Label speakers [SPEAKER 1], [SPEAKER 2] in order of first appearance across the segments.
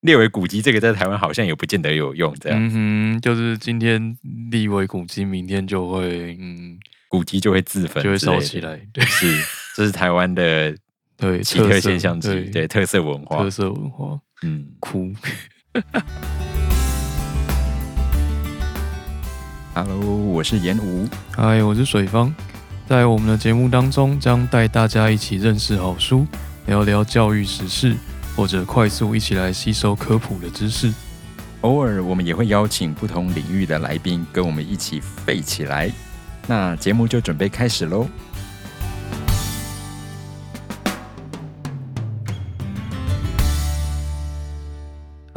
[SPEAKER 1] 列为古迹，这个在台湾好像也不见得有用。这样、
[SPEAKER 2] 嗯哼，就是今天立为古迹，明天就会嗯
[SPEAKER 1] 古迹就会自焚，
[SPEAKER 2] 就会烧起。来，对
[SPEAKER 1] 是，这是台湾的
[SPEAKER 2] 对，
[SPEAKER 1] 奇
[SPEAKER 2] 特
[SPEAKER 1] 特
[SPEAKER 2] 色
[SPEAKER 1] 现象之一，对特色文化
[SPEAKER 2] 特。色文化，
[SPEAKER 1] 嗯，
[SPEAKER 2] 哭
[SPEAKER 1] Hello，我是严吴。
[SPEAKER 2] 嗨，我是水方，在我们的节目当中，将带大家一起认识好书，聊聊教育时事，或者快速一起来吸收科普的知识。
[SPEAKER 1] 偶尔我们也会邀请不同领域的来宾跟我们一起废起来。那节目就准备开始喽。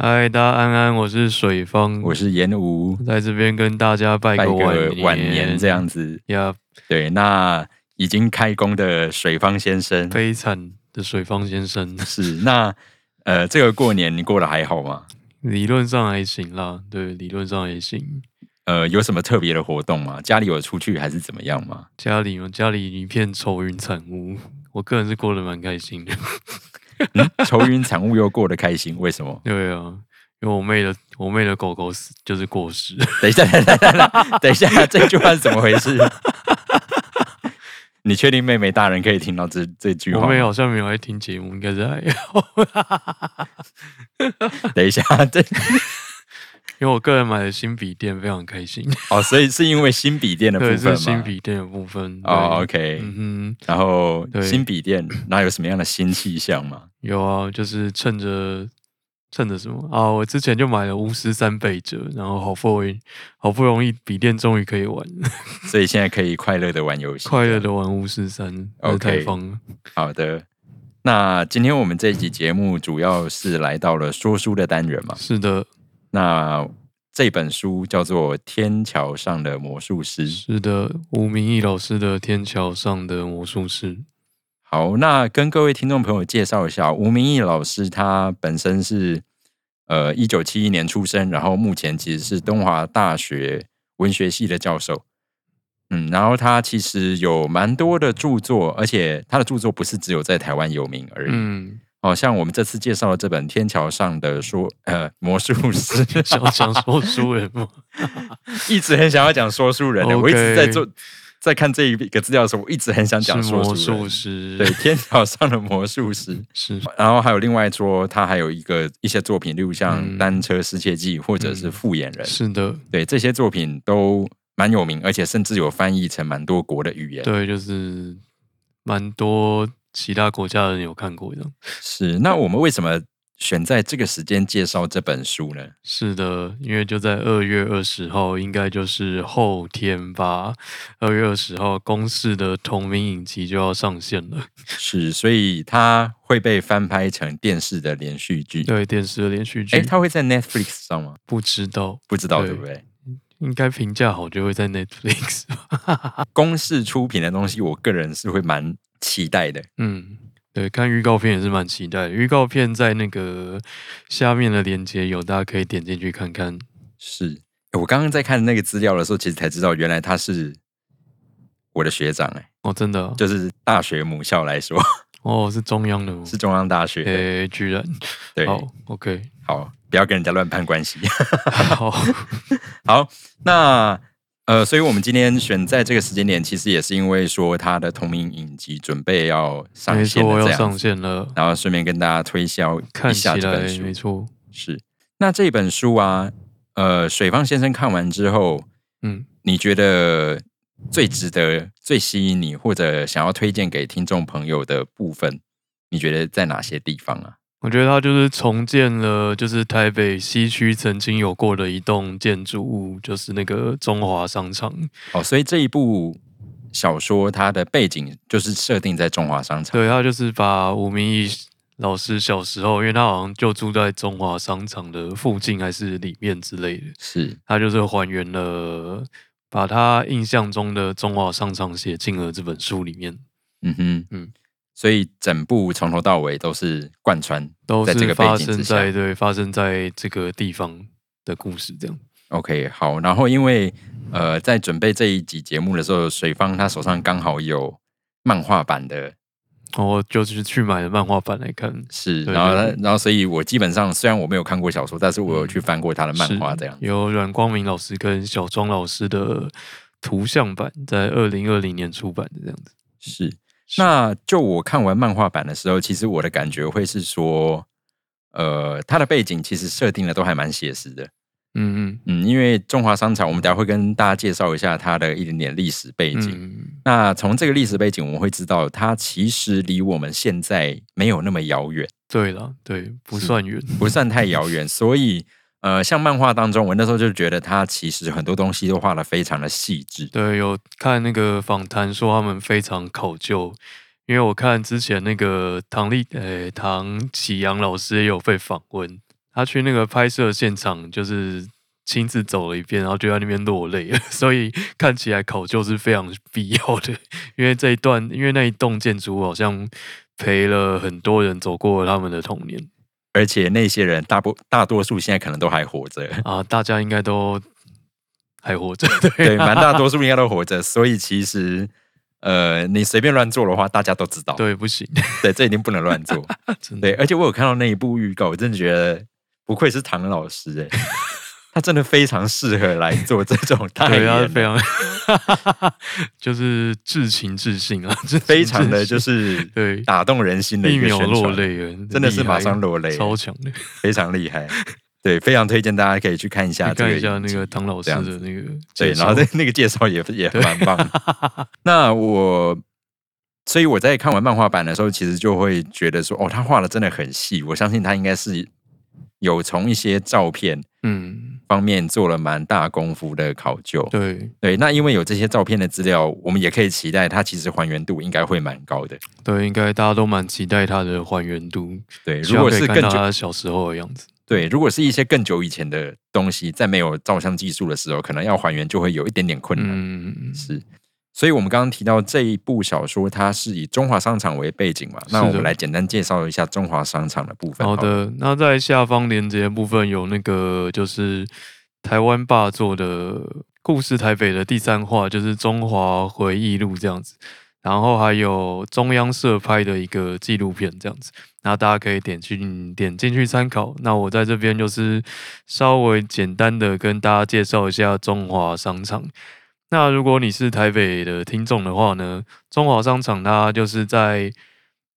[SPEAKER 2] 嗨，大家安安，我是水方，
[SPEAKER 1] 我是严吴，
[SPEAKER 2] 在这边跟大家拜
[SPEAKER 1] 拜
[SPEAKER 2] 个
[SPEAKER 1] 个
[SPEAKER 2] 年，
[SPEAKER 1] 嗯晚年这样子。
[SPEAKER 2] 呀，
[SPEAKER 1] 对，那已经开工的水方先生
[SPEAKER 2] 悲惨的水方先生，
[SPEAKER 1] 是那呃，这个过年你过得还好吗？
[SPEAKER 2] 理论上还行啦，对，理论上还行。
[SPEAKER 1] 呃，有什么特别的活动吗？家里有出去还是怎么样吗？
[SPEAKER 2] 家里嘛，家里一片愁云惨雾， 我个人是过得蛮开心的。
[SPEAKER 1] 嗯、 愁云惨雾又过得开心，为什么？
[SPEAKER 2] 对啊，因为我妹的我妹的狗狗死就是过 世，
[SPEAKER 1] 等一下，等一下，等一下，等一下，这句话是怎么回事？ 你确定妹妹大人可以听到这这句
[SPEAKER 2] 我
[SPEAKER 1] 话？
[SPEAKER 2] 妹。好像没有在听节目，应该是还好，
[SPEAKER 1] 等一下，这
[SPEAKER 2] 因为我个人买了新笔电，非常开心。
[SPEAKER 1] 哦，所以是因为新笔电的部
[SPEAKER 2] 对，
[SPEAKER 1] 分
[SPEAKER 2] 是
[SPEAKER 1] 吗？
[SPEAKER 2] 新笔电的部分。
[SPEAKER 1] 哦
[SPEAKER 2] 对
[SPEAKER 1] ，OK。
[SPEAKER 2] 嗯哼，
[SPEAKER 1] 然后
[SPEAKER 2] 对
[SPEAKER 1] 新笔电，那有什么样的新气象吗？
[SPEAKER 2] 有啊，就是趁着趁着什么啊？我之前就买了巫师三倍折，然后好不容易好不容易笔电终于可以玩 了，
[SPEAKER 1] 所以现在可以快乐的玩游戏，
[SPEAKER 2] 快乐的玩巫师三，真的太
[SPEAKER 1] OK
[SPEAKER 2] 疯了。
[SPEAKER 1] 好的，那今天我们这一集节目主要是来到了说书的单元嘛。
[SPEAKER 2] 是的，
[SPEAKER 1] 那这本书叫做《天桥上的魔术师》。
[SPEAKER 2] 是的，吴明义老师的《天桥上的魔术师》。
[SPEAKER 1] 好，那跟各位听众朋友介绍一下，吴明义老师他本身是呃一九七一年出生，然后目前其实是东华大学文学系的教授。嗯，然后他其实有蛮多的著作，而且他的著作不是只有在台湾有名而已。
[SPEAKER 2] 嗯，，
[SPEAKER 1] 哦，像我们这次介绍的这本《天桥上的说呃魔术师》
[SPEAKER 2] 想想说书人吗？
[SPEAKER 1] 一直很想要讲说书人的，我一直在做在看这一个资料的时候，我一直很 想讲
[SPEAKER 2] 是
[SPEAKER 1] 说
[SPEAKER 2] 魔
[SPEAKER 1] 书
[SPEAKER 2] 术
[SPEAKER 1] 人。
[SPEAKER 2] 师，
[SPEAKER 1] 对，《天桥上的魔术师》，
[SPEAKER 2] 是
[SPEAKER 1] 然后还有另外说，他还有一个一些作品，例如像
[SPEAKER 2] 嗯
[SPEAKER 1] 《单车失窃记》或者是《复眼人》
[SPEAKER 2] 是的，
[SPEAKER 1] 对这些作品都蛮有名，而且甚至有翻译成蛮多国的语言。
[SPEAKER 2] 对，就是蛮多其他国家的人有看过的。
[SPEAKER 1] 是，那我们为什么选在这个时间介绍这本书呢？
[SPEAKER 2] 是的，因为就在二月二十号，应该就是后天吧。二月二十号，公视的同名影集就要上线了。
[SPEAKER 1] 是，所以它会被翻拍成电视的连续剧。
[SPEAKER 2] 对，电视的连续剧，
[SPEAKER 1] 哎，它会在 Netflix 上吗？
[SPEAKER 2] 不知道，
[SPEAKER 1] 不知道，
[SPEAKER 2] 对
[SPEAKER 1] 对不对？
[SPEAKER 2] 应该评价好就会在 Netflix 吧。
[SPEAKER 1] 公式出品的东西，我个人是会蛮期待的。
[SPEAKER 2] 嗯，对，看预告片也是蛮期待的。预告片在那个下面的链接有，大家可以点进去看看。
[SPEAKER 1] 是诶我刚刚在看那个资料的时候，其实才知道，原来他是我的学长、诶
[SPEAKER 2] 哦，真的啊、
[SPEAKER 1] 就是大学母校来说
[SPEAKER 2] 哦，是中央的吗？
[SPEAKER 1] 是中央大学的。
[SPEAKER 2] 诶、居然
[SPEAKER 1] 对，
[SPEAKER 2] 好，OK，
[SPEAKER 1] 好，不要跟人家乱攀关系。
[SPEAKER 2] 好，
[SPEAKER 1] 好，那呃，所以我们今天选在这个时间点，其实也是因为说他的同名影集准备要上
[SPEAKER 2] 没
[SPEAKER 1] 线
[SPEAKER 2] 错，
[SPEAKER 1] 了，
[SPEAKER 2] 要
[SPEAKER 1] 这
[SPEAKER 2] 上
[SPEAKER 1] 样子。
[SPEAKER 2] 线了，
[SPEAKER 1] 然后顺便跟大家推销一
[SPEAKER 2] 看起
[SPEAKER 1] 下这
[SPEAKER 2] 来
[SPEAKER 1] 本书
[SPEAKER 2] 没。错，
[SPEAKER 1] 是，那这本书啊，呃，水方先生看完之后，
[SPEAKER 2] 嗯，
[SPEAKER 1] 你觉得最值得、最吸引你，或者想要推荐给听众朋友的部分，你觉得在哪些地方啊？
[SPEAKER 2] 我觉得它就是重建了，就是台北西区曾经有过的一栋建筑物，就是那个中华商场。
[SPEAKER 1] 哦，所以这一部小说它的背景就是设定在中华商场。
[SPEAKER 2] 对，他就是把吴明义老师小时候，因为他好像就住在中华商场的附近还是里面之类的，
[SPEAKER 1] 是
[SPEAKER 2] 他就是还原了把他印象中的中华商场写进了这本书里面，
[SPEAKER 1] 嗯哼，
[SPEAKER 2] 嗯
[SPEAKER 1] 嗯，所以整部从头到尾都是贯穿
[SPEAKER 2] 都
[SPEAKER 1] 在这
[SPEAKER 2] 是
[SPEAKER 1] 个背
[SPEAKER 2] 发
[SPEAKER 1] 景
[SPEAKER 2] 生
[SPEAKER 1] 之
[SPEAKER 2] 在
[SPEAKER 1] 下。
[SPEAKER 2] 对发生在这个地方的故事这样。
[SPEAKER 1] OK，好，然后因为呃，在准备这一集节目的时候，水方他手上刚好有漫画版的
[SPEAKER 2] 我就是去买了漫画版来看，
[SPEAKER 1] 是，
[SPEAKER 2] 对
[SPEAKER 1] 然后
[SPEAKER 2] 对
[SPEAKER 1] 他然后所以我基本上虽然我没有看过小说，但是我有去翻过他的漫画，
[SPEAKER 2] 嗯是
[SPEAKER 1] 这样
[SPEAKER 2] 有阮光明老师跟小庄老师的图像版，在二零二零年出版的这样子。
[SPEAKER 1] 是。
[SPEAKER 2] 是
[SPEAKER 1] 那就我看完漫画版的时候，其实我的感觉会是说，呃，它的背景其实设定的都还蛮写实的，
[SPEAKER 2] 嗯
[SPEAKER 1] 嗯，因为中华商场，我们等一下会跟大家介绍一下它的一点点历史背
[SPEAKER 2] 嗯
[SPEAKER 1] 景。
[SPEAKER 2] 嗯，
[SPEAKER 1] 那从这个历史背景，我们会知道，它其实离我们现在没有那么遥远，
[SPEAKER 2] 对了，对，不
[SPEAKER 1] 是
[SPEAKER 2] 算远。
[SPEAKER 1] 不算太遥远。所以，呃，像漫画当中，我那时候就觉得它其实很多东西都画的非常的细致。
[SPEAKER 2] 对，有看那个访谈说他们非常考究，因为我看之前那个唐立，呃，唐启阳老师也有被访问，他去那个拍摄现场就是亲自走了一遍，然后就在那边落泪了， 所以看起来考究是非常必要的， 因为这一段，因为那一栋建筑物好像陪了很多人走过他们的童年
[SPEAKER 1] 而且那些人大部大多数现在可能都还活着，
[SPEAKER 2] 啊，大家应该都还活着，
[SPEAKER 1] 对，蛮大多数应该都活着。所以其实，呃，你随便乱做的话，大家都知道。
[SPEAKER 2] 对，不行，
[SPEAKER 1] 对，这一定不能乱做。
[SPEAKER 2] 真的
[SPEAKER 1] 对，而且我有看到那一部预告，我真的觉得不愧是唐老师哎、他真的非常适合来做这种 代
[SPEAKER 2] 对
[SPEAKER 1] 言
[SPEAKER 2] 啊，
[SPEAKER 1] 人，
[SPEAKER 2] 非常， 就是至情至 性啊，至情
[SPEAKER 1] 非常的就
[SPEAKER 2] 至性
[SPEAKER 1] 是
[SPEAKER 2] 对，
[SPEAKER 1] 打动人心的
[SPEAKER 2] 一
[SPEAKER 1] 一个
[SPEAKER 2] 秒
[SPEAKER 1] 宣
[SPEAKER 2] 落
[SPEAKER 1] 传，
[SPEAKER 2] 泪了，
[SPEAKER 1] 真的是
[SPEAKER 2] 厉害
[SPEAKER 1] 马上落泪，
[SPEAKER 2] 超强的。
[SPEAKER 1] 非常厉害。对，非常推荐大家可以去看一下
[SPEAKER 2] 你
[SPEAKER 1] 这
[SPEAKER 2] 看
[SPEAKER 1] 个
[SPEAKER 2] 一下
[SPEAKER 1] 影
[SPEAKER 2] 那
[SPEAKER 1] 集
[SPEAKER 2] 个唐老师
[SPEAKER 1] 这样
[SPEAKER 2] 的那个
[SPEAKER 1] 对，
[SPEAKER 2] 介
[SPEAKER 1] 然后
[SPEAKER 2] 绍，
[SPEAKER 1] 那 那个介绍也也蛮棒的。 那我，所以我在看完漫画版的时候，其实就会觉得说，哦，他画的真的很细。我相信他应该是有从一些照片
[SPEAKER 2] 嗯，
[SPEAKER 1] 方面做了蛮大功夫的考究。
[SPEAKER 2] 对
[SPEAKER 1] 对，那因为有这些照片的资料，我们也可以期待它其实还原度应该会蛮高的。
[SPEAKER 2] 对，应该大家都蛮期待他的还原度，
[SPEAKER 1] 对，
[SPEAKER 2] 希
[SPEAKER 1] 如果
[SPEAKER 2] 望可以
[SPEAKER 1] 是
[SPEAKER 2] 看
[SPEAKER 1] 更
[SPEAKER 2] 到
[SPEAKER 1] 久，
[SPEAKER 2] 他小时候的样子。
[SPEAKER 1] 对，如果是一些更久以前的东西，在没有照相技术的时候，可能要还原就会有一点点困难。
[SPEAKER 2] 嗯，
[SPEAKER 1] 是，所以我们刚刚提到这一部小说，它是以中华商场为背景嘛？那
[SPEAKER 2] 是
[SPEAKER 1] 我们
[SPEAKER 2] 的
[SPEAKER 1] 来简单介绍一下中华商场的部分。
[SPEAKER 2] 好，的，那在下方连接部分有那个就是台湾霸座的故事台北的第三话，就是《中华回忆录》这样子，然后还有中央社拍的一个纪录片这样子，那大家可以点进点进去参考。那我在这边就是稍微简单的跟大家介绍一下中华商场。那如果你是台北的听众的话呢，中华商场它就是在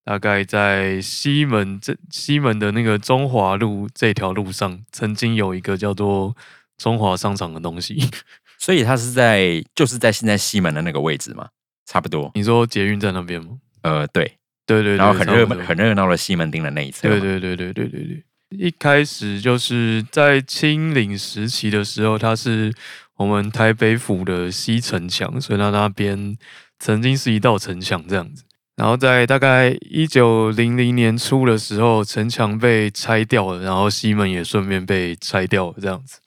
[SPEAKER 2] 大概在西门这西门的那个中华路这条路上，曾经有一个叫做中华商场的东西。
[SPEAKER 1] 所以它是在就是在现在西门的那个位置嘛，差不多。
[SPEAKER 2] 你说捷运站那边吗？
[SPEAKER 1] 呃，对，
[SPEAKER 2] 对嗯对对，
[SPEAKER 1] 然后很
[SPEAKER 2] 差不
[SPEAKER 1] 热
[SPEAKER 2] 多
[SPEAKER 1] 很热闹的西门町的那一侧嘛。
[SPEAKER 2] 对对对对对对对。一开始就是在清领时期的时候，它是我们台北府的西城墙，所以它那边曾经是一道城墙这样子。然后在大概一九零零年初的时候，城墙被拆掉了，然后西门也顺便被拆掉了这样子。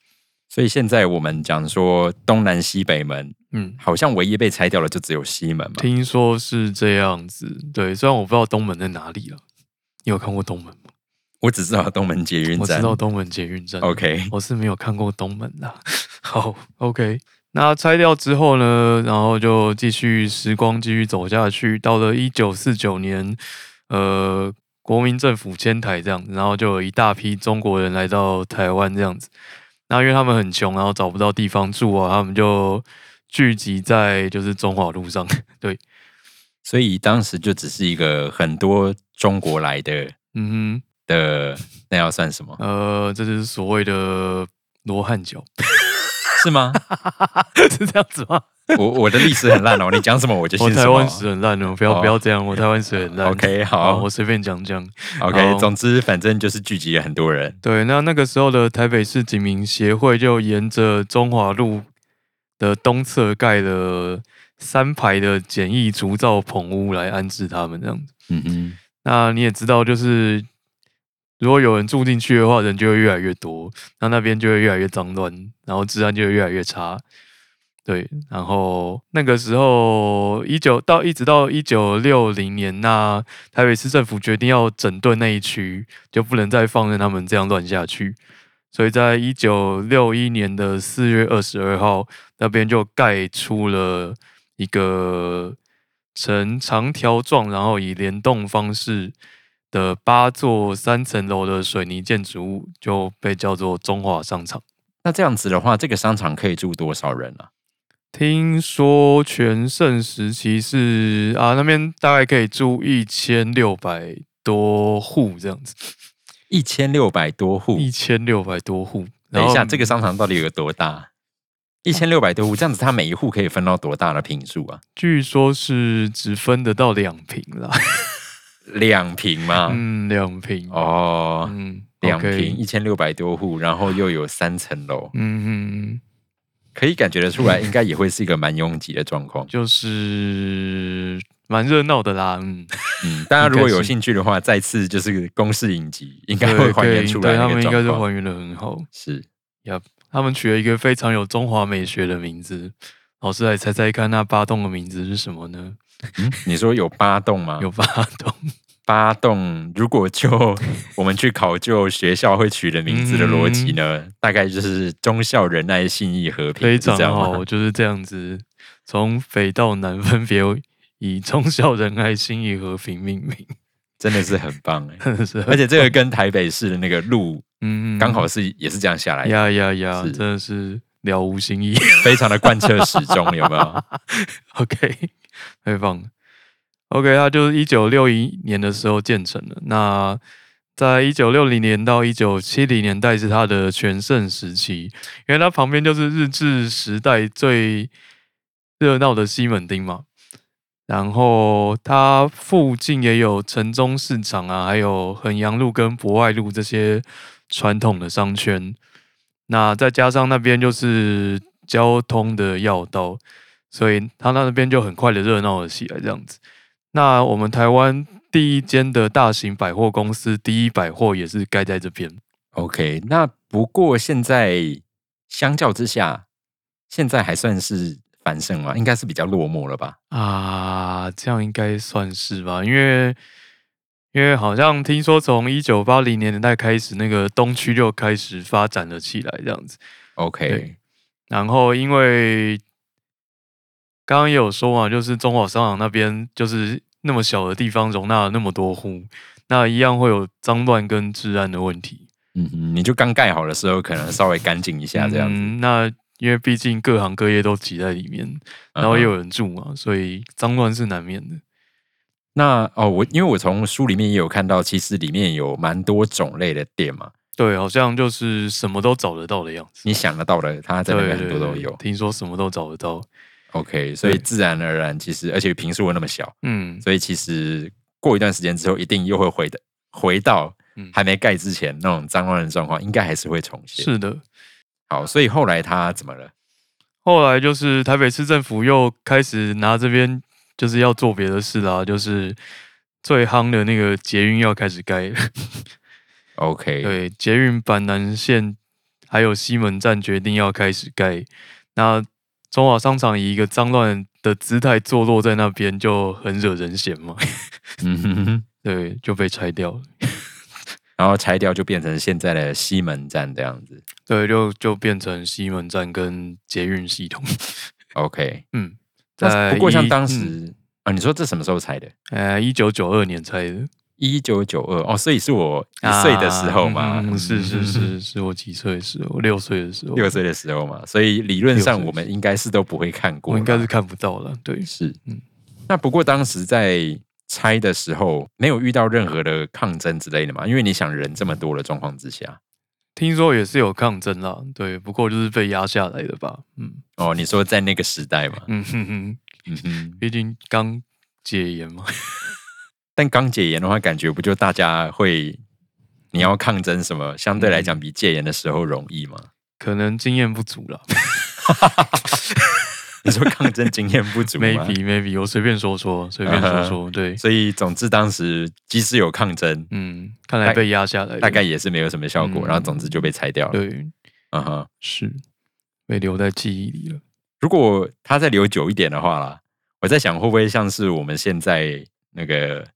[SPEAKER 1] 所以现在我们讲说东南西北门，
[SPEAKER 2] 嗯，
[SPEAKER 1] 好像唯一被拆掉的就只有西门嘛。
[SPEAKER 2] 听说是这样子。对，虽然我不知道东门在哪里了，啊你有看过东门吗？
[SPEAKER 1] 我只知道东门捷运
[SPEAKER 2] 我
[SPEAKER 1] 站
[SPEAKER 2] 知。道东门捷运站。
[SPEAKER 1] OK，
[SPEAKER 2] 我是没有看过东门啦。 好，OK。那拆掉之后呢，然后就继续时光继续走下去，到了一九四九年，呃，国民政府迁台这样子，然后就有一大批中国人来到台湾这样子。那因为他们很穷，然后找不到地方住啊，他们就聚集在就是中华路上。 对，
[SPEAKER 1] 所以当时就只是一个很多中国来的
[SPEAKER 2] 嗯
[SPEAKER 1] 的，那要算什么
[SPEAKER 2] 哼，？呃，这就是所谓的罗汉脚，
[SPEAKER 1] 是吗？
[SPEAKER 2] 是这样子吗？
[SPEAKER 1] 我我的历史很烂哦，你讲什么我就
[SPEAKER 2] 我
[SPEAKER 1] 信什
[SPEAKER 2] 台
[SPEAKER 1] 么。
[SPEAKER 2] 湾史很烂哦，不要、
[SPEAKER 1] 哦
[SPEAKER 2] 不要这样，我台湾史很烂。
[SPEAKER 1] OK，
[SPEAKER 2] 好，
[SPEAKER 1] 好
[SPEAKER 2] 我随便讲讲。
[SPEAKER 1] ，OK，
[SPEAKER 2] 好
[SPEAKER 1] 总之反正就是聚集了很多人，
[SPEAKER 2] 对，那那个时候的台北市警民协会就沿着中华路的东侧盖了三排的简易竹造棚屋来安置他们这样子。
[SPEAKER 1] 嗯哼，
[SPEAKER 2] 那你也知道，就是如果有人住进去的话，人就会越来越多，那那边就会越来越脏乱，然后治安就会越来越差。对，然后那个时候一九到一直到一九六零年，那台北市政府决定要整顿那一区，就不能再放任他们这样乱下去。所以在一九六一年的四月二十二号，那边就盖出了一个呈长条状，然后以联动方式的八座三层楼的水泥建筑物，就被叫做中华商场。
[SPEAKER 1] 那这样子的话，这个商场可以住多少人啊？
[SPEAKER 2] 听说全盛时期是啊，那边大概可以住一千六百多户这样子，
[SPEAKER 1] 一千六百多户。
[SPEAKER 2] 一千六百多户。
[SPEAKER 1] 等一下，
[SPEAKER 2] 然后嗯
[SPEAKER 1] 这个商场到底有多大？一千六百多户，这样子它每一户可以分到多大的平数啊？
[SPEAKER 2] 据说是只分得到两平啦，
[SPEAKER 1] 两平吗？
[SPEAKER 2] 嗯，两平，
[SPEAKER 1] 啊哦，
[SPEAKER 2] 嗯，
[SPEAKER 1] 两
[SPEAKER 2] OK
[SPEAKER 1] 平一千六百多户，然后又有三层楼，
[SPEAKER 2] 嗯嗯嗯，
[SPEAKER 1] 可以感觉得出来，应该也会是一个蛮拥挤的状况。
[SPEAKER 2] 就是蛮热闹的啦，嗯，
[SPEAKER 1] 嗯，大家如果
[SPEAKER 2] 应
[SPEAKER 1] 有
[SPEAKER 2] 该是
[SPEAKER 1] 兴趣的话，再次就是公式影 集 应该会还原出来
[SPEAKER 2] 对对他
[SPEAKER 1] 那
[SPEAKER 2] 们
[SPEAKER 1] 个
[SPEAKER 2] 应该
[SPEAKER 1] 状
[SPEAKER 2] 是
[SPEAKER 1] 况。
[SPEAKER 2] 还原的很好。
[SPEAKER 1] 是，
[SPEAKER 2] 他们取了一个非常有中华美学的名字，老师来猜猜看，那八栋的名字是什么呢？
[SPEAKER 1] 嗯，你说有八栋吗？
[SPEAKER 2] 有八栋，
[SPEAKER 1] 八栋。如果就我们去考究学校会取的名字的逻辑呢，大概就是忠孝仁爱信义和平，
[SPEAKER 2] 嗯非
[SPEAKER 1] 是
[SPEAKER 2] 常
[SPEAKER 1] 这样吗？
[SPEAKER 2] 好，哦就是这样子，从北到南分别以忠孝仁爱、心意和平命名，
[SPEAKER 1] 真的是很棒哎。
[SPEAKER 2] 真的 是很，
[SPEAKER 1] 而且这个跟台北市的那个路
[SPEAKER 2] 嗯
[SPEAKER 1] 刚好是也是这样下来的，
[SPEAKER 2] 呀呀呀，
[SPEAKER 1] 是
[SPEAKER 2] 真的是了无新意。
[SPEAKER 1] 非常的贯彻始终，有没有？
[SPEAKER 2] OK，太棒了。OK，它就是一九六一年的时候建成的。那在一九六零年到一九七零年代是它的全盛时期，因为它旁边就是日治时代最热闹的西门町嘛。然后它附近也有城中市场啊，还有衡阳路跟博爱路这些传统的商圈。那再加上那边就是交通的要道，所以他那边就很快的热闹了起来，这样子。那我们台湾第一间的大型百货公司第一百货也是盖在这边，
[SPEAKER 1] OK，那不过现在相较之下，现在还算是繁盛吗？应该是比较落寞了吧？
[SPEAKER 2] 啊，这样应该算是吧，因为因为好像听说从一九八零年代开始，那个东区就开始发展了起来，这样子。
[SPEAKER 1] OK，
[SPEAKER 2] 对然后因为刚刚也有说嘛，就是中华商场那边就是那么小的地方容纳了那么多户，那一样会有脏乱跟治安的问题。
[SPEAKER 1] 嗯哼，你就刚盖好的时候，可能稍微干净一下这样子，
[SPEAKER 2] 嗯那因为毕竟各行各业都挤在里面，然后也
[SPEAKER 1] 又。
[SPEAKER 2] 有人住嘛，所以脏乱是难免的。
[SPEAKER 1] 那哦，我因为我从书里面也有看到，其实里面有蛮多种类的店嘛，
[SPEAKER 2] 对，好像就是什么都找得到的样子。
[SPEAKER 1] 你想得到的，它在那
[SPEAKER 2] 对
[SPEAKER 1] 边
[SPEAKER 2] 对
[SPEAKER 1] 很多都
[SPEAKER 2] 对，
[SPEAKER 1] 有。
[SPEAKER 2] 听说什么都找得到。
[SPEAKER 1] OK，所以
[SPEAKER 2] 对
[SPEAKER 1] 自然而然，其实而且平数又那么小，
[SPEAKER 2] 嗯，
[SPEAKER 1] 所以其实过一段时间之后，一定又会回的回到
[SPEAKER 2] 嗯
[SPEAKER 1] 还没盖之前那种脏乱的状况，应该还是会重现。
[SPEAKER 2] 是的。
[SPEAKER 1] 好，所以后来他怎么了？
[SPEAKER 2] 后来就是台北市政府又开始拿这边就是要做别的事啦，就是最夯的那个捷运要开始盖了。
[SPEAKER 1] OK，
[SPEAKER 2] 对，捷运板南线还有西门站决定要开始盖，那中华商场以一个脏乱的姿态坐落在那边，就很惹人嫌 嘛。
[SPEAKER 1] 嗯哼哼，
[SPEAKER 2] 对，就被拆掉了。
[SPEAKER 1] 然后拆掉就变成现在的西门站这样子。
[SPEAKER 2] 对，就就变成西门站跟捷运系统。
[SPEAKER 1] OK，
[SPEAKER 2] 嗯，
[SPEAKER 1] 但
[SPEAKER 2] 在
[SPEAKER 1] 是不过像
[SPEAKER 2] 一
[SPEAKER 1] 当时
[SPEAKER 2] 嗯
[SPEAKER 1] 啊、你说这什么时候拆的？
[SPEAKER 2] 呃，一九九二年拆的，
[SPEAKER 1] 一九九二哦，所以是我一岁的时候嘛，
[SPEAKER 2] 啊嗯嗯是是
[SPEAKER 1] 嗯，
[SPEAKER 2] 是，是我几岁的时候，六岁的时候，
[SPEAKER 1] 六岁的时候嘛，所以理论上
[SPEAKER 2] 六岁
[SPEAKER 1] 我们应该是都不会看过
[SPEAKER 2] 我
[SPEAKER 1] 啦，
[SPEAKER 2] 应该是看不到了。对，
[SPEAKER 1] 是，嗯
[SPEAKER 2] 嗯。
[SPEAKER 1] 那不过当时在拆的时候，没有遇到任何的抗争之类的嘛，因为你想人这么多的状况之下，
[SPEAKER 2] 听说也是有抗争啦，对，不过就是被压下来的吧。嗯
[SPEAKER 1] 哦，你说在那个时代嘛，
[SPEAKER 2] 嗯哼哼，
[SPEAKER 1] 嗯哼。
[SPEAKER 2] 毕竟刚解严嘛。
[SPEAKER 1] 但刚解严的话，感觉不就大家会，你要抗争什么，相对来讲比戒严的时候容易吗？
[SPEAKER 2] 嗯可能经验不足啦
[SPEAKER 1] 你说抗争经验不 足吗
[SPEAKER 2] maybe maybe，我随便 说说，随便说说，对，
[SPEAKER 1] 所以总之当时即使有抗争，
[SPEAKER 2] 嗯，看来被压下来了，
[SPEAKER 1] 大概也是没有什么效果，
[SPEAKER 2] 嗯
[SPEAKER 1] 然后总之就被拆掉了。
[SPEAKER 2] 对，
[SPEAKER 1] 嗯哼，
[SPEAKER 2] 是被留在记忆里了。
[SPEAKER 1] 如果他再留久一点的话啦，我在想会不会像是我们现在那个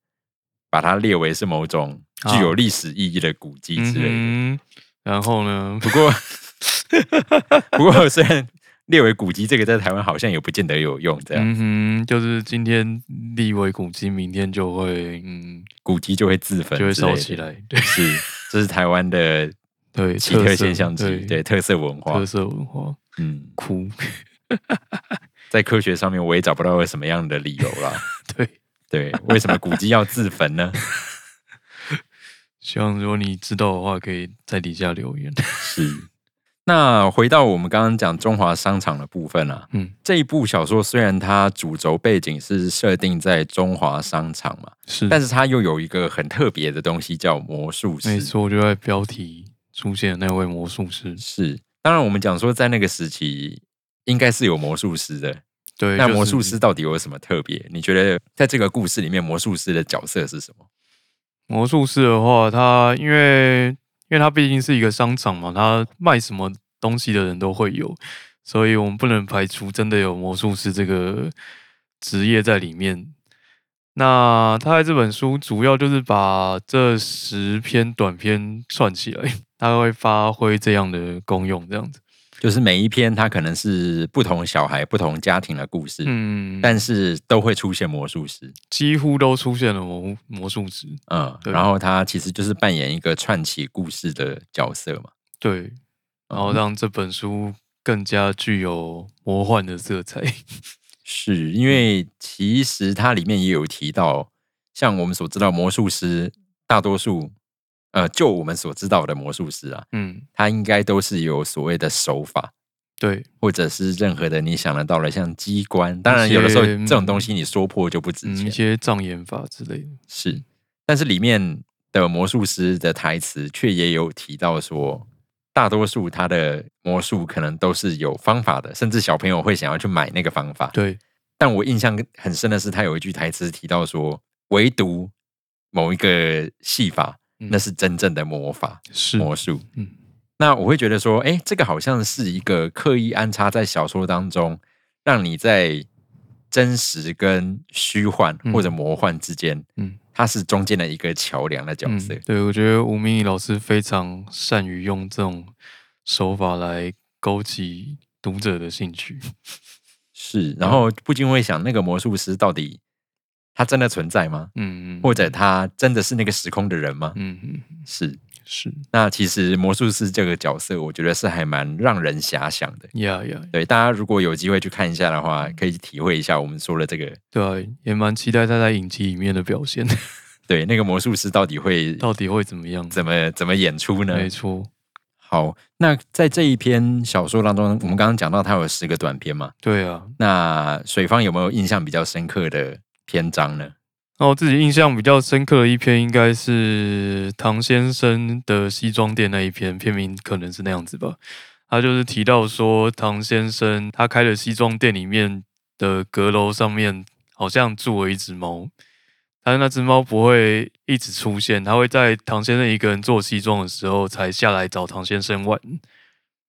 [SPEAKER 1] 把它列为是某种
[SPEAKER 2] 啊
[SPEAKER 1] 具有历史意义的古迹之类的。
[SPEAKER 2] 嗯哼，然后呢？
[SPEAKER 1] 不过，不过虽然列为古迹，这个在台湾好像也不见得有用，这样、
[SPEAKER 2] 嗯哼，就是今天立为古迹，明天就会嗯
[SPEAKER 1] 古迹就会自焚，
[SPEAKER 2] 就会烧起。来， 对
[SPEAKER 1] 是，这是台湾的
[SPEAKER 2] 对，
[SPEAKER 1] 奇特现象之一，对特色文化
[SPEAKER 2] 特。色文化，
[SPEAKER 1] 嗯，
[SPEAKER 2] 哭，
[SPEAKER 1] 在科学上面我也找不到什么样的理由 啦。
[SPEAKER 2] 对，
[SPEAKER 1] 对，为什么古迹要自焚呢？
[SPEAKER 2] 希望如果你知道的话，可以在底下留言。
[SPEAKER 1] 是。那回到我们刚刚讲中华商场的部分啊，
[SPEAKER 2] 嗯，
[SPEAKER 1] 这一部小说虽然它主轴背景是设定在中华商场嘛，
[SPEAKER 2] 是，
[SPEAKER 1] 但是它又有一个很特别的东西叫魔术师。
[SPEAKER 2] 没错，就在标题出现的那位魔术师，
[SPEAKER 1] 是。当然，我们讲说在那个时期应该是有魔术师的。
[SPEAKER 2] 对，
[SPEAKER 1] 那
[SPEAKER 2] 就是
[SPEAKER 1] 魔术师到底有什么特别？你觉得在这个故事里面，魔术师的角色是什么？
[SPEAKER 2] 魔术师的话，他因为因为他毕竟是一个商场嘛，他卖什么东西的人都会有，所以我们不能排除真的有魔术师这个职业在里面。那他在这本书主要就是把这十篇短篇串起来， 他会发挥这样的功用，这样子。
[SPEAKER 1] 就是每一篇它可能是不同小孩、不同家庭的故事，
[SPEAKER 2] 嗯，
[SPEAKER 1] 但是都会出现魔术师。
[SPEAKER 2] 几乎都出现了魔魔术师。
[SPEAKER 1] 嗯，
[SPEAKER 2] 对
[SPEAKER 1] 然后他其实就是扮演一个串起故事的角色嘛。嗯
[SPEAKER 2] 对，然后让这本书更加具有魔幻的色彩。
[SPEAKER 1] 是因为其实它里面也有提到，像我们所知道魔术师，大多数呃，就我们所知道的魔术师啊，
[SPEAKER 2] 嗯，
[SPEAKER 1] 他应该都是有所谓的手法，
[SPEAKER 2] 对，
[SPEAKER 1] 或者是任何的你想得到的，像机关。当然，有的时候这种东西你说破就不值
[SPEAKER 2] 嗯，
[SPEAKER 1] 钱，
[SPEAKER 2] 一些障眼法之类的。
[SPEAKER 1] 是。但是里面的魔术师的台词却也有提到说，大多数他的魔术可能都是有方法的，甚至小朋友会想要去买那个方法。
[SPEAKER 2] 对，
[SPEAKER 1] 但我印象很深的是，他有一句台词提到说，唯独某一个戏法，
[SPEAKER 2] 嗯
[SPEAKER 1] 那是真正的魔法、
[SPEAKER 2] 是，
[SPEAKER 1] 魔术。
[SPEAKER 2] 嗯，
[SPEAKER 1] 那我会觉得说，哎，这个好像是一个刻意安插在小说当中，让你在真实跟虚幻
[SPEAKER 2] 嗯
[SPEAKER 1] 或者魔幻之间，
[SPEAKER 2] 嗯
[SPEAKER 1] 它是中间的一个桥梁的角
[SPEAKER 2] 嗯
[SPEAKER 1] 色。
[SPEAKER 2] 对，我觉得吴明义老师非常善于用这种手法来勾起读者的兴趣。
[SPEAKER 1] 是，然后不禁会想，那个魔术师到底他真的存在吗？
[SPEAKER 2] 嗯，嗯
[SPEAKER 1] 或者他真的是那个时空的人吗？
[SPEAKER 2] 嗯嗯
[SPEAKER 1] 是。
[SPEAKER 2] 是
[SPEAKER 1] 那其实魔术师这个角色，我觉得是还蛮让人遐想的。
[SPEAKER 2] 呀呀，
[SPEAKER 1] 对，大家如果有机会去看一下的话，可以体会一下我们说的这个，
[SPEAKER 2] 对啊，也蛮期待他在影集里面的表现，
[SPEAKER 1] 对那个魔术师到底会
[SPEAKER 2] 到底会怎么样？
[SPEAKER 1] 怎么怎么演出呢？
[SPEAKER 2] 没错，
[SPEAKER 1] 好，那在这一篇小说当中，我们刚刚讲到它有十个短篇嘛，
[SPEAKER 2] 对啊，
[SPEAKER 1] 那水方有没有印象比较深刻的篇章呢？
[SPEAKER 2] 那我哦自己印象比较深刻的一篇，应该是唐先生的西装店那一篇，片名可能是那样子吧。他就是提到说，唐先生他开的西装店里面的阁楼上面好像住了一只猫，但是那只猫不会一直出现，它会在唐先生一个人做西装的时候才下来找唐先生玩。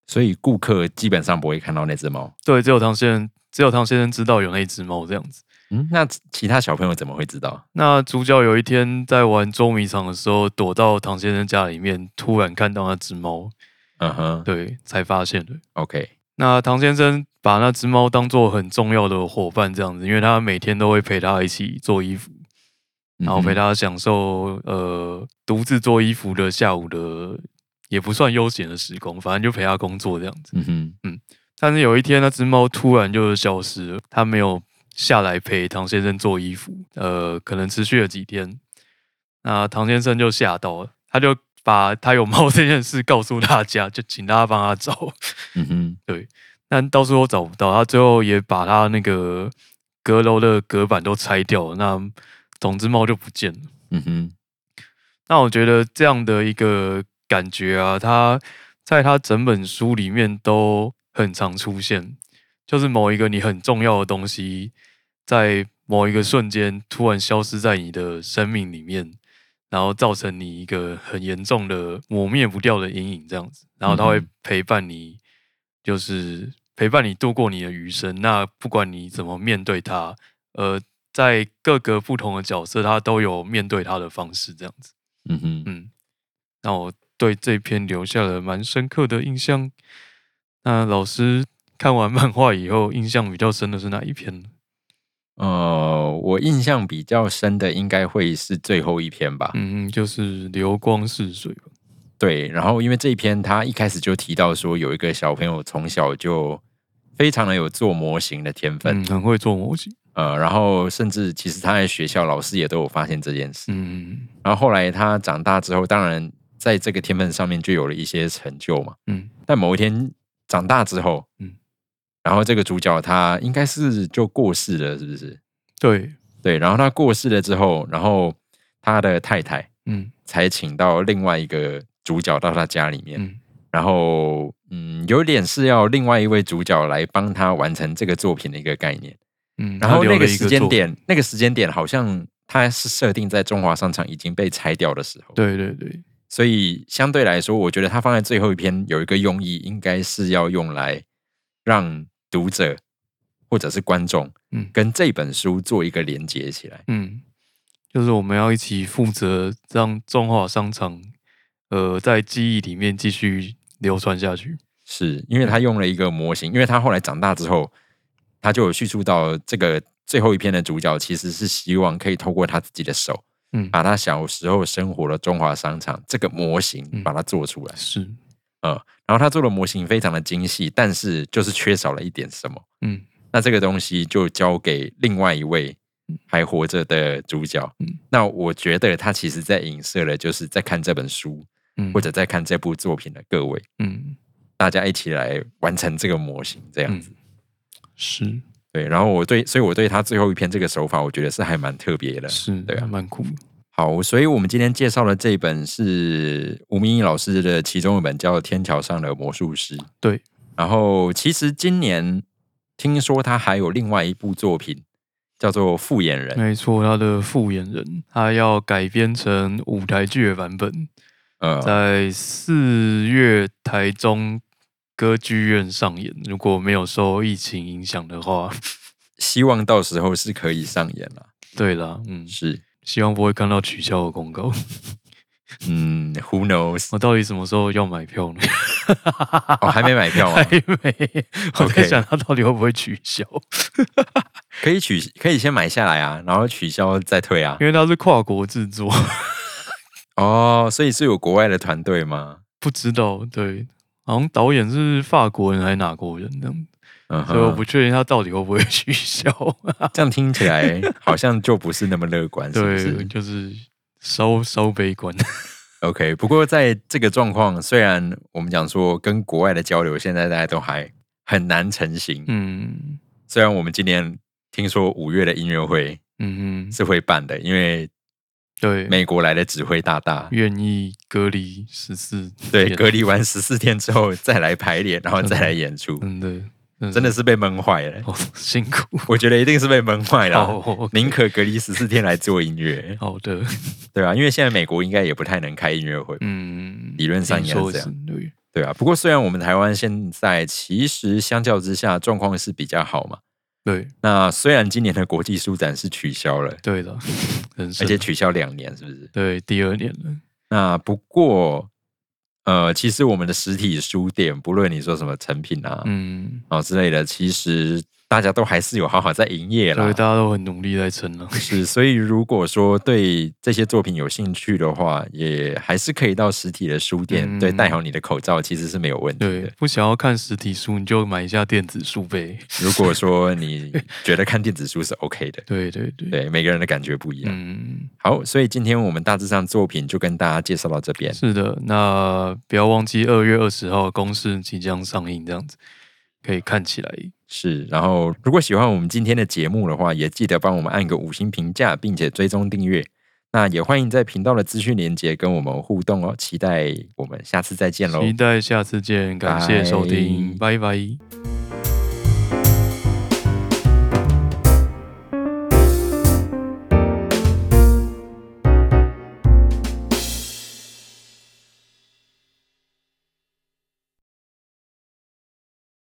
[SPEAKER 1] 所以顾客基本上不会看到那只猫。
[SPEAKER 2] 对，只有唐先生，只有唐先生知道有那只猫这样子。
[SPEAKER 1] 嗯，那其他小朋友怎么会知道？
[SPEAKER 2] 那主角有一天在玩捉迷藏的时候，躲到唐先生家里面，突然看到那只猫，
[SPEAKER 1] 嗯哼
[SPEAKER 2] 对，才发现的。
[SPEAKER 1] ，OK，
[SPEAKER 2] 那唐先生把那只猫当做很重要的伙伴，这样子，因为他每天都会陪他一起做衣服，然后陪
[SPEAKER 1] 他
[SPEAKER 2] 他享受呃独自做衣服的下午的，也不算悠闲的时光，反正就陪他工作这样子。
[SPEAKER 1] 嗯哼，
[SPEAKER 2] 但是有一天，那只猫突然就消失了，它没有下来陪唐先生做衣服，呃，可能持续了几天。那唐先生就吓到了，他就把他有猫这件事告诉大家，就请大家帮他找，
[SPEAKER 1] 嗯哼，
[SPEAKER 2] 但到处都找不到。他最后也把他那个阁楼的隔板都拆掉了，那总之猫就不见了。
[SPEAKER 1] 嗯哼，
[SPEAKER 2] 那我觉得这样的一个感觉啊，它在它整本书里面都很常出现，就是某一个你很重要的东西，在某一个瞬间突然消失在你的生命里面，然后造成你一个很严重的抹灭不掉的阴影，这样子，然后它会
[SPEAKER 1] 嗯哼
[SPEAKER 2] 陪伴你，就是陪伴你度过你的余生。那不管你怎么面对它，呃，在各个不同的角色，它都有面对它的方式，这样子。
[SPEAKER 1] 嗯哼，
[SPEAKER 2] 嗯，那我对这篇留下了蛮深刻的印象。那老师看完漫画以后印象比较深的是哪一篇呢？
[SPEAKER 1] 呃，我印象比较深的应该会是最后一篇吧。
[SPEAKER 2] 嗯，就是流光逝水吧。
[SPEAKER 1] 对，然后因为这一篇他一开始就提到说，有一个小朋友从小就非常的有做模型的天分，
[SPEAKER 2] 嗯，很会做模型。
[SPEAKER 1] 呃，然后甚至其实他在学校老师也都有发现这件事。
[SPEAKER 2] 嗯
[SPEAKER 1] 然后后来他长大之后，当然在这个天分上面就有了一些成就嘛。
[SPEAKER 2] 嗯
[SPEAKER 1] 但某一天长大之后，嗯
[SPEAKER 2] 嗯，
[SPEAKER 1] 然后这个主角他应该是就过世了，是不是？
[SPEAKER 2] 对，
[SPEAKER 1] 对，然后他过世了之后，然后他的太太
[SPEAKER 2] 嗯
[SPEAKER 1] 才请到另外一个主角到他家里面，
[SPEAKER 2] 嗯
[SPEAKER 1] 然后嗯，有点是要另外一位主角来帮他完成这个作品的一个概念。
[SPEAKER 2] 嗯。
[SPEAKER 1] 然后
[SPEAKER 2] 他留
[SPEAKER 1] 那个
[SPEAKER 2] 了一
[SPEAKER 1] 时间
[SPEAKER 2] 作品，
[SPEAKER 1] 点，那个时间点好像它是设定在中华商场已经被拆掉的时候，
[SPEAKER 2] 对对对，
[SPEAKER 1] 所以相对来说，我觉得它放在最后一篇有一个用意，应该是要用来让读者或者是观众，
[SPEAKER 2] 嗯
[SPEAKER 1] 跟这本书做一个连接起来。
[SPEAKER 2] 嗯，就是我们要一起负责让中华商场，呃，在记忆里面继续流传下去。
[SPEAKER 1] 是因为他用了一个模型，因为他后来长大之后，他就有叙述到这个最后一篇的主角其实是希望可以透过他自己的手，
[SPEAKER 2] 嗯，
[SPEAKER 1] 把他小时候生活的中华商场这个模型
[SPEAKER 2] 嗯
[SPEAKER 1] 把它做出来。
[SPEAKER 2] 是，
[SPEAKER 1] 呃，然后他做的模型非常的精细，但是就是缺少了一点什么。
[SPEAKER 2] 嗯
[SPEAKER 1] 那这个东西就交给另外一位还活着的主角。
[SPEAKER 2] 嗯
[SPEAKER 1] 那我觉得他其实在影射了，就是在看这本书
[SPEAKER 2] 嗯，
[SPEAKER 1] 或者在看这部作品的各位，
[SPEAKER 2] 嗯
[SPEAKER 1] 大家一起来完成这个模型，这样
[SPEAKER 2] 嗯
[SPEAKER 1] 子。
[SPEAKER 2] 是
[SPEAKER 1] 对，然后我对，所以我对他最后一篇这个手法，我觉得是还蛮特别的。
[SPEAKER 2] 是，
[SPEAKER 1] 对啊
[SPEAKER 2] 还蛮酷的。
[SPEAKER 1] 好，所以我们今天介绍的这一本是吴明义老师的其中一本叫《天桥上的魔术师》。
[SPEAKER 2] 对，
[SPEAKER 1] 然后其实今年听说他还有另外一部作品叫做《复眼人》，
[SPEAKER 2] 没错，他的复眼人，他要改编成舞台剧的版本，
[SPEAKER 1] 呃，
[SPEAKER 2] 在四月台中歌剧院上演。如果没有受疫情影响的话，
[SPEAKER 1] 希望到时候是可以上演了。
[SPEAKER 2] 对啦，嗯，
[SPEAKER 1] 是，
[SPEAKER 2] 希望不会看到取消的公告。
[SPEAKER 1] 嗯，Who knows？
[SPEAKER 2] 我到底什么时候要买票呢？
[SPEAKER 1] 哦，还没买票
[SPEAKER 2] 还
[SPEAKER 1] 啊？
[SPEAKER 2] 没，我
[SPEAKER 1] OK
[SPEAKER 2] 在想他到底会不会取消，
[SPEAKER 1] 可以取，可以先买下来啊，然后取消再退啊
[SPEAKER 2] 因。为他是跨国制作，
[SPEAKER 1] 哦，所以是有国外的团队吗？
[SPEAKER 2] 不知道。对，好像导演是法国人还是哪国人这样，
[SPEAKER 1] 嗯
[SPEAKER 2] 所以我
[SPEAKER 1] 哼
[SPEAKER 2] 不，确定他到底会不会取消。
[SPEAKER 1] 这样听起来好像就不是那么乐观， 是不是？
[SPEAKER 2] 对，就是稍稍悲观。
[SPEAKER 1] OK，不过在这个状况，虽然我们讲说跟国外的交流现在大家都还很难成型，
[SPEAKER 2] 嗯
[SPEAKER 1] 虽然我们今年听说五月的音乐会
[SPEAKER 2] 嗯嗯，
[SPEAKER 1] 是会办的，因为
[SPEAKER 2] 对，
[SPEAKER 1] 美国来的指挥大大
[SPEAKER 2] 愿意隔离十四
[SPEAKER 1] 对隔离完十四天之后再来排练，然后再来演出，
[SPEAKER 2] 真的
[SPEAKER 1] 真的是被闷坏了。
[SPEAKER 2] 好辛苦。
[SPEAKER 1] 我觉得一定是被闷坏了，
[SPEAKER 2] 嗯好
[SPEAKER 1] 啊宁可隔离十四天来做音乐，
[SPEAKER 2] 好的，
[SPEAKER 1] 对啊，因为现在美国应该也不太能开音乐会，
[SPEAKER 2] 嗯，
[SPEAKER 1] 理论上应该是
[SPEAKER 2] 说
[SPEAKER 1] 这样。
[SPEAKER 2] 对，
[SPEAKER 1] 对啊，不过虽然我们台湾现在其实相较之下状况是比较好嘛，
[SPEAKER 2] 对
[SPEAKER 1] 那虽然今年的国际书展是取消了，
[SPEAKER 2] 对的，人
[SPEAKER 1] 而
[SPEAKER 2] 生
[SPEAKER 1] 且取消两年，是不是？
[SPEAKER 2] 对第二年了，
[SPEAKER 1] 那不过，呃，其实我们的实体书店，不论你说什么成品啊，
[SPEAKER 2] 嗯，
[SPEAKER 1] 然后之类的，其实大家都还是有好好在营业
[SPEAKER 2] 所
[SPEAKER 1] 啦
[SPEAKER 2] 以。大家都很努力在撑 了。
[SPEAKER 1] 是，所以如果说对这些作品有兴趣的话，也还是可以到实体的书店，
[SPEAKER 2] 嗯
[SPEAKER 1] 对，戴好你的口罩其实是没有问题
[SPEAKER 2] 对
[SPEAKER 1] 的。，
[SPEAKER 2] 不想要看实体书，你就买一下电子书呗。
[SPEAKER 1] 如果说你觉得看电子书是 OK 的，
[SPEAKER 2] 对对对，
[SPEAKER 1] 对，啊每个人的感觉不一样。
[SPEAKER 2] 嗯，
[SPEAKER 1] 好，所以今天我们大致上作品就跟大家介绍到这边。
[SPEAKER 2] 是的。那不要忘记二月二十号公式即将上映，这样子可以看起来。
[SPEAKER 1] 是，然后如果喜欢我们今天的节目的话，也记得帮我们按个五星评价，并且追踪订阅。那也欢迎在频道的资讯连接跟我们互动哦，期待我们下次再见喽，
[SPEAKER 2] 期待下次见，感谢收听，拜拜